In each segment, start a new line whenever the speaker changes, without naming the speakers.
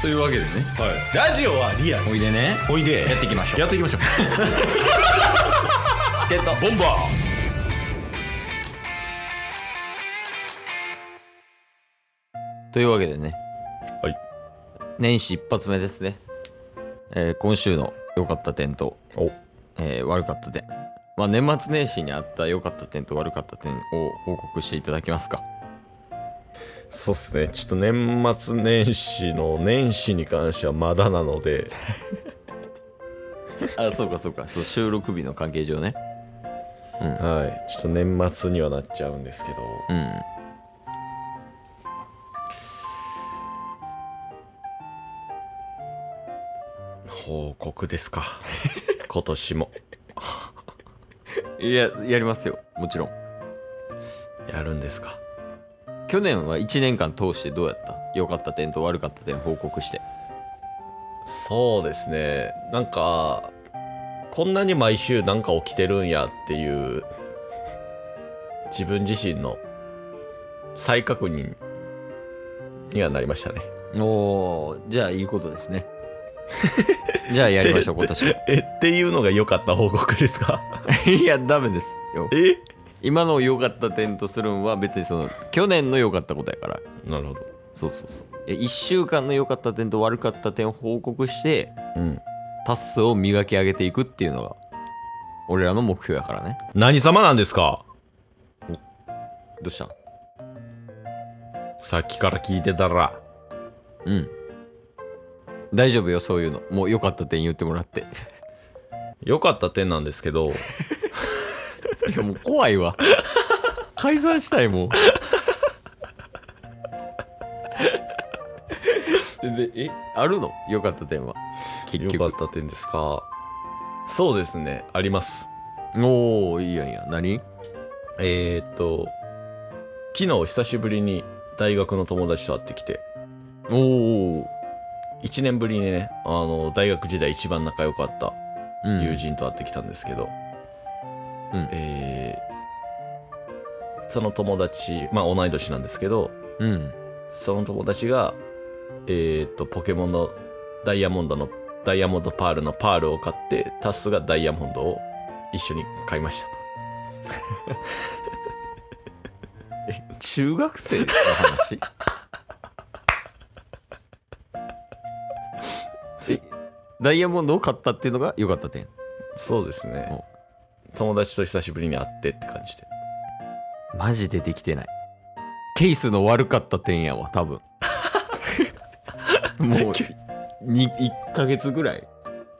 というわけでね
はい、ラジオはリアル
おいでね
おいで
やっていきましょう
やっていきましょう
ってた
ボンバ
というわけでね
ーはい
年始一発目ですね、えー今週の良かった点と、
お
えー悪かった点まあ年末年始にあった良かった点と悪かった点を報告していただけますか
そうっすねちょっと年末年始の年始に関してはまだなので
あそうかそうかそう収録日の関係上ね
はいちょっと年末にはなっちゃうんですけど
うん
報告です か今年も
いややりますよもちろん
やるんですか
去年は1年間通してどうやった良かった点と悪かった点報告して
そうですねなんかこんなに毎週なんか起きてるんやっていう自分自身の再確認にはなりましたね
おーじゃあいいことですね じゃあやりま しょう今年も
えっていうのが良かった報告ですか
いやダメですよ
え
今の良かった点とするんは別にその去年の良かったことやから
なるほど
そうそうそういや1週間の良かった点と悪かった点を報告して
うん
タッスを磨き上げていくっていうのが俺らの目標やからね
何様なんですか
どうしたん
さっきから聞いてたら
うん大丈夫よそういうのもう良かった点言ってもらって
良かった点なんですけど
いやもう怖いわ 解散したいもうでえあるの良かった点は結
良か
局
った点ですかそうですねあります
おおいいやんいいやん何
えー、っと昨日久しぶりに大学の友達と会ってきて
おお、
1年ぶりにねあの大学時代一番仲良かった
うん、
友人と会ってきたんですけど、
うん
えーその友達まあ同い年なんですけど
うん
その友達がえー、っとポケモンのダイヤモンドのダイヤモンドパールのパールを買ってタスがダイヤモンドを一緒に買いました
中学生の 話えダイヤモンドを買ったっていうのが良かった点
そうですね友達と久しぶりに会ってって感じで
マジでできてないケースの悪かった点やわ多 分もう1ヶ月ぐらい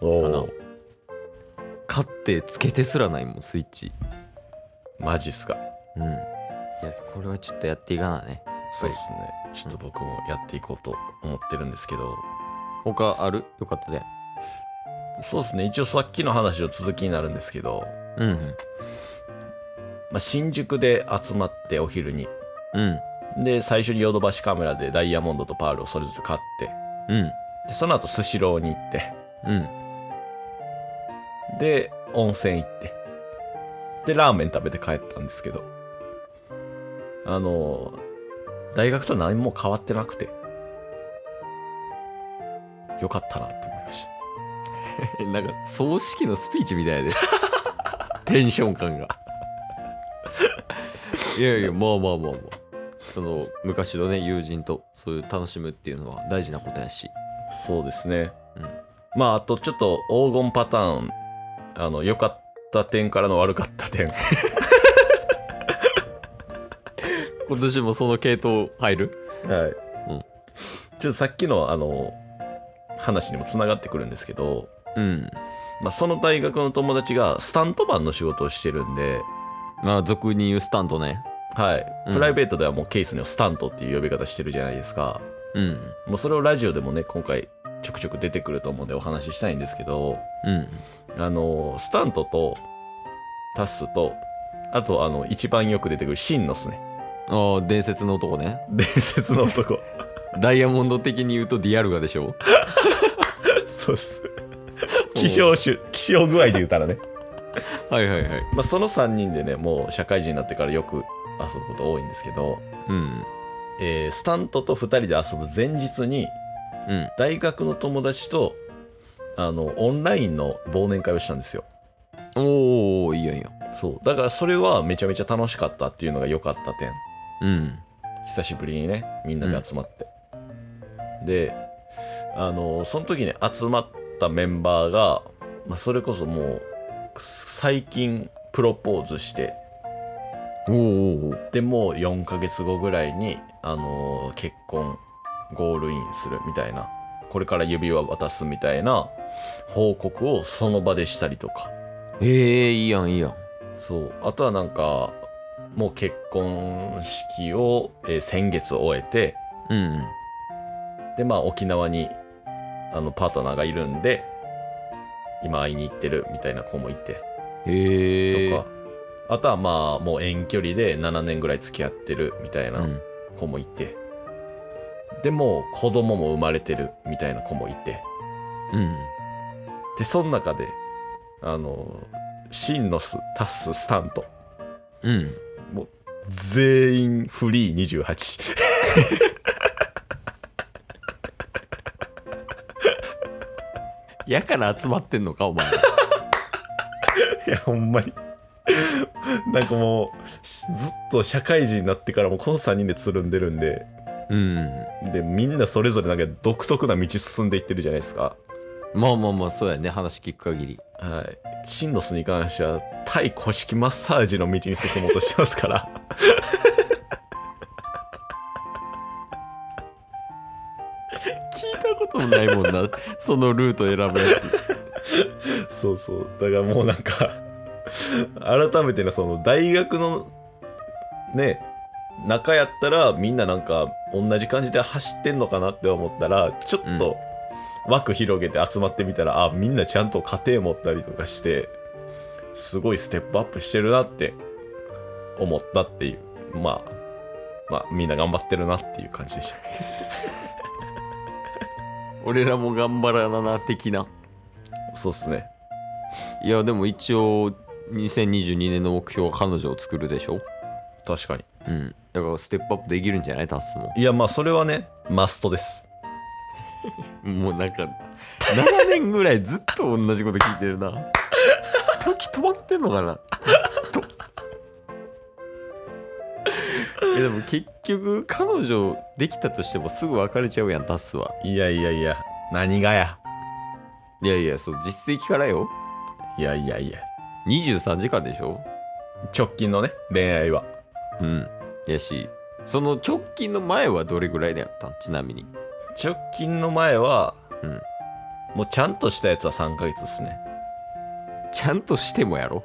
お
ー買ってつけてすらないもんスイッチ
マジっすか
うんいやこれはちょっとやっていかないね
そうですねちょっと僕もやっていこうと思ってるんですけど
他ある良かった点
そうですね一応さっきの話の続きになるんですけど、
うん
まあ、新宿で集まってお昼に
うん
で最初にヨドバシカメラでダイヤモンドとパールをそれぞれ買って
うん
でその後スシローに行って
うん
で温泉行ってでラーメン食べて帰ったんですけどあの大学と何も変わってなくてよかったなって思いました
えなんか葬式のスピーチみたいで テンション感が いやいやまあまあまあまあその昔のね友人とそういう楽しむっていうのは大事なことやし
そうですね。
うん
まあ、あとちょっと黄金パターン、あの、良かった点からの悪かった点。
今年もその系統入る
はい。うん。ちょっとさっきの、あの、話にもつながってくるんですけど、
うん
まあ、その大学の友達がスタントマンの仕事をしてるんで、
まあ俗に言うスタントね
はい。
うん
プライベートではもうケースにはスタントっていう呼び方してるじゃないですか。
うん
もうそれをラジオでもね、今回ちょくちょく出てくると思うんでお話ししたいんですけど、
うん
あの、スタントとタスと、あとあの、一番よく出てくるシンノスね。
ああ伝説の男ね
伝説の男
ダイヤモンド的に言うとディアルガで しょ
そうっす希少種希少具合で言うたらね、
はいはいはい
まあ、その3人でねもう社会人になってからよく遊ぶこと多いんですけど、
うん
えースタントと2人で遊ぶ前日に
うん。
大学の友達とあのオンラインの忘年会をしたんですよ
おー、いいよいいよ。
そうだからそれはめちゃめちゃ楽しかったっていうのが良かった点
うん。
久しぶりにねみんなで集まって、であのその時に集まったメンバーが、まあ、それこそもう最近プロポーズして
おーおーおー
でもう4ヶ月後ぐらいに、あのー結婚ゴールインするみたいなこれから指輪渡すみたいな報告をその場でしたりとか
ええいいやん、いいやん。
そうあとはなんかもう結婚式を、えー先月終えて
うんうん。
でまあ沖縄にあのパートナーがいるんで今会いに行ってるみたいな子もいてとか、
ええ
あとはまあもう遠距離で7年ぐらい付き合ってるみたいな、
うん。
子もいてでもう子供も生まれてるみたいな子もいて
うん。
でその中であのシンノスタッススタント
うん。
全員フリー28
やから集まってんのか、お前。
いやほんまになんかもうしずっと社会人になってからもこの3人でつるんでるんで
うん。
でみんなそれぞれなんか独特な道進んでいってるじゃないですか
まあまあまあ、そうやね。話聞く限り。
はいシンノスに関してはタイ古式マッサージの道に進もうとしてますから
聞いたこともないもんな。そのルート選ぶやつ。
そうそうだからもうなんか改めてねその大学のね中やったらみんななんか同じ感じで走ってんのかなって思ったらちょっと枠広げて集まってみたら、あみんなちゃんと家庭持ったりとかしてすごいステップアップしてるなって思ったっていうまあまあみんな頑張ってるなっていう感じでした
俺らも頑張らなな、的な。
そうっすね
いや、でも一応、2022年の目標は彼女を作るでしょ
確かに
うん。だから、ステップアップできるんじゃないタスも。
いやまあそれはねマストです
もうなんか、7年ぐらいずっと同じこと聞いてるな。時止まってんのかなずっと。えでも結局、彼女できたとしてもすぐ別れちゃうやん、タスは。
いやいやいや何がや
いやいや、そう、実績からよ。
いやいやいや
23時間でしょ
直近のね恋愛は
うん。やし、その直近の前はどれぐらいだったんちなみに。
直近の前は、
うん
もうちゃんとしたやつは3ヶ月ですね
ちゃんとしてもやろ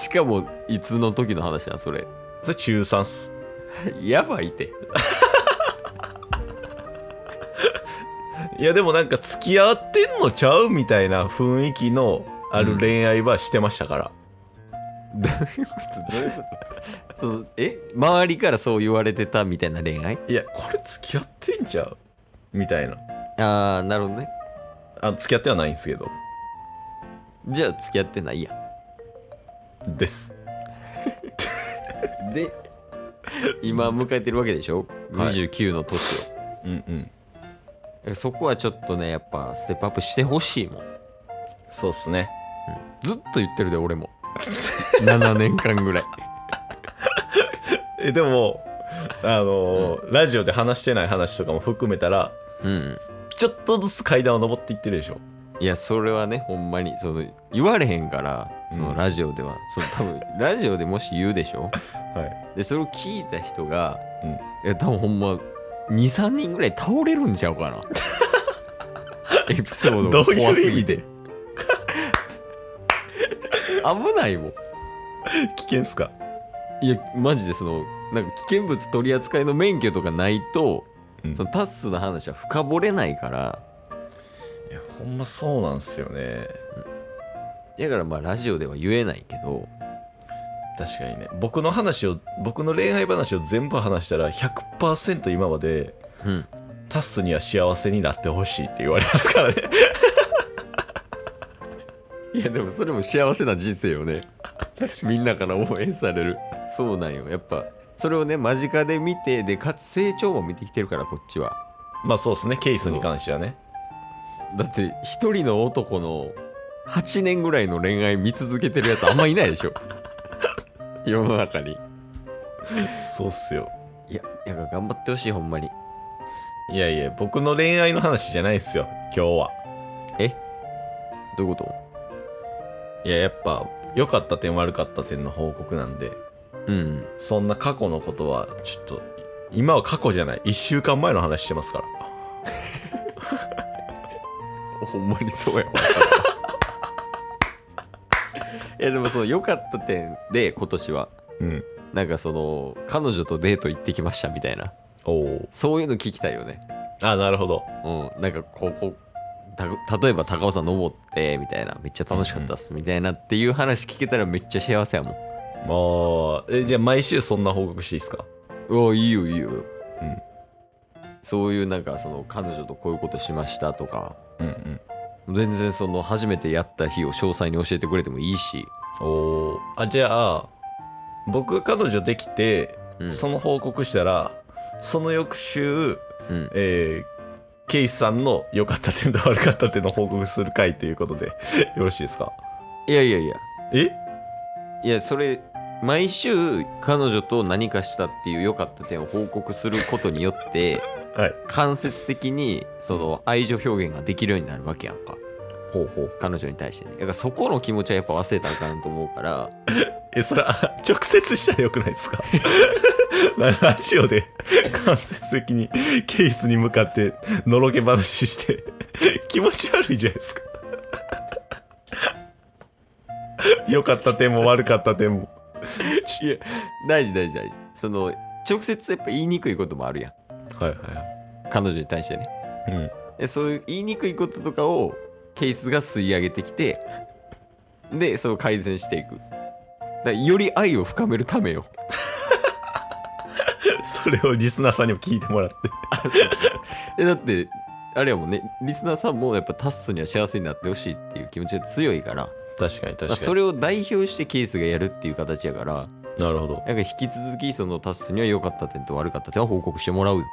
しかもいつの時の話だそれ
それ中3っす
やばいて
いやでもなんか付き合ってんのちゃうみたいな雰囲気のあ
う
る
ん
恋愛はしてましたから、
どういうことどういうことそのえ周りからそう言われてたみたいな恋愛
いやこれ付き合ってんちゃうみたいな
ああなるほどね
あ付き合ってはないんですけど
じゃあ付き合ってないや
です
で今迎えてるわけでしょ
はい
29の年を、
うんうん
えそこはちょっとねやっぱステップアップしてほしいもん
そうっすね
ずっと言ってるで俺 も7年間ぐらい
えでもあのーラジオで話してない話とかも含めたら
うん
ちょっとずつ階段を上っていってるでしょ
いやそれはねほんまにその言われへんから
うん
そのラジオでは、その多分ラジオでもし言うでしょ
はい
でそれを聞いた人が、
うん
いや多分ほんま23人ぐらい倒れるんちゃうか なエピソード
ど
が
うい
怖
う
す
意味
ぎ
で
て危ないもん
危険っすか
いやマジでそのなんか危険物取り扱いの免許とかないと、
うん
そのタッスの話は深掘れないから
いやほんまそうなんすよね
だからまあラジオでは言えないけど
確かにね僕の話を僕の恋愛話を全部話したら100%今まで
うん
タスには幸せになってほしいって言われますからね
いやでもそれも幸せな人生よねみんなから応援されるそうなんよやっぱそれをね間近で見てでかつ成長も見てきてるからこっちは
まあそうですねケースに関してはね
だって一人の男の8年ぐらいの恋愛見続けてるやつあんまいないでし ょ世の中に
そうっすよ
いやいや頑張ってほしいほんまに
いやいや僕の恋愛の話じゃないっすよ今日は
どういうこ
いややっぱ良かった点悪かった点の報告なんで
とうん
そんな過去のことはちょっと今は過去じゃない1週間前の話してますから
ほんまにそうやわ いやでもその良かった点で今年は
うん
なんかその彼女とデート行ってきましたみたいな
おお
そういうの聞きたいよね
あなるほど
うんなんかここた例えば高尾山登ってみたいなめっちゃ楽しかったっすみたいなっていう話聞けたらめっちゃ幸せやもん
あーえじゃあ毎週そんな報告していいですか
うわいいよいいよ、
うん、
そういうなんかその彼女とこういうことしましたとか
うんうん
全然その初めてやった日を詳細に教えてくれてもいいし、
おおあじゃあ僕が彼女できて、
うん
その報告したらその翌週
うん、
えー、ケイスさんの良かった点と悪かった点の報告する回ということでよろしいですか
いやいやいや
え
いやそれ毎週彼女と何かしたっていう良かった点を報告することによって
はい
間接的にその愛情表現ができるようになるわけやんか
ほうほう
彼女に対してねだからそこの気持ちはやっぱ忘れたらあかんと思うから
えそれは 直接したらよくないですか なラジオで間接的にケイスに向かってのろけ話して気持ち悪いじゃないですか 良かった点も悪かった点も
いや大事大事大事その直接やっぱ言いにくいこともあるやん
はいは
彼女に対してね
いはい
でそういう言いにくいこととかをケースが吸い上げてきてでそれを改善していくだからより愛を深めるためよ
うんそれをリスナーさんにも聞いてもらって
えだってあれやもんねリスナーさんもやっぱタッスには幸せになってほしいっていう気持ちが強いから
確かに確
まあそれを代表してケースがやるっていう形やから
なるほど
なんか引き続きそのタッスには良かった点と悪かった点は報告してもらうよ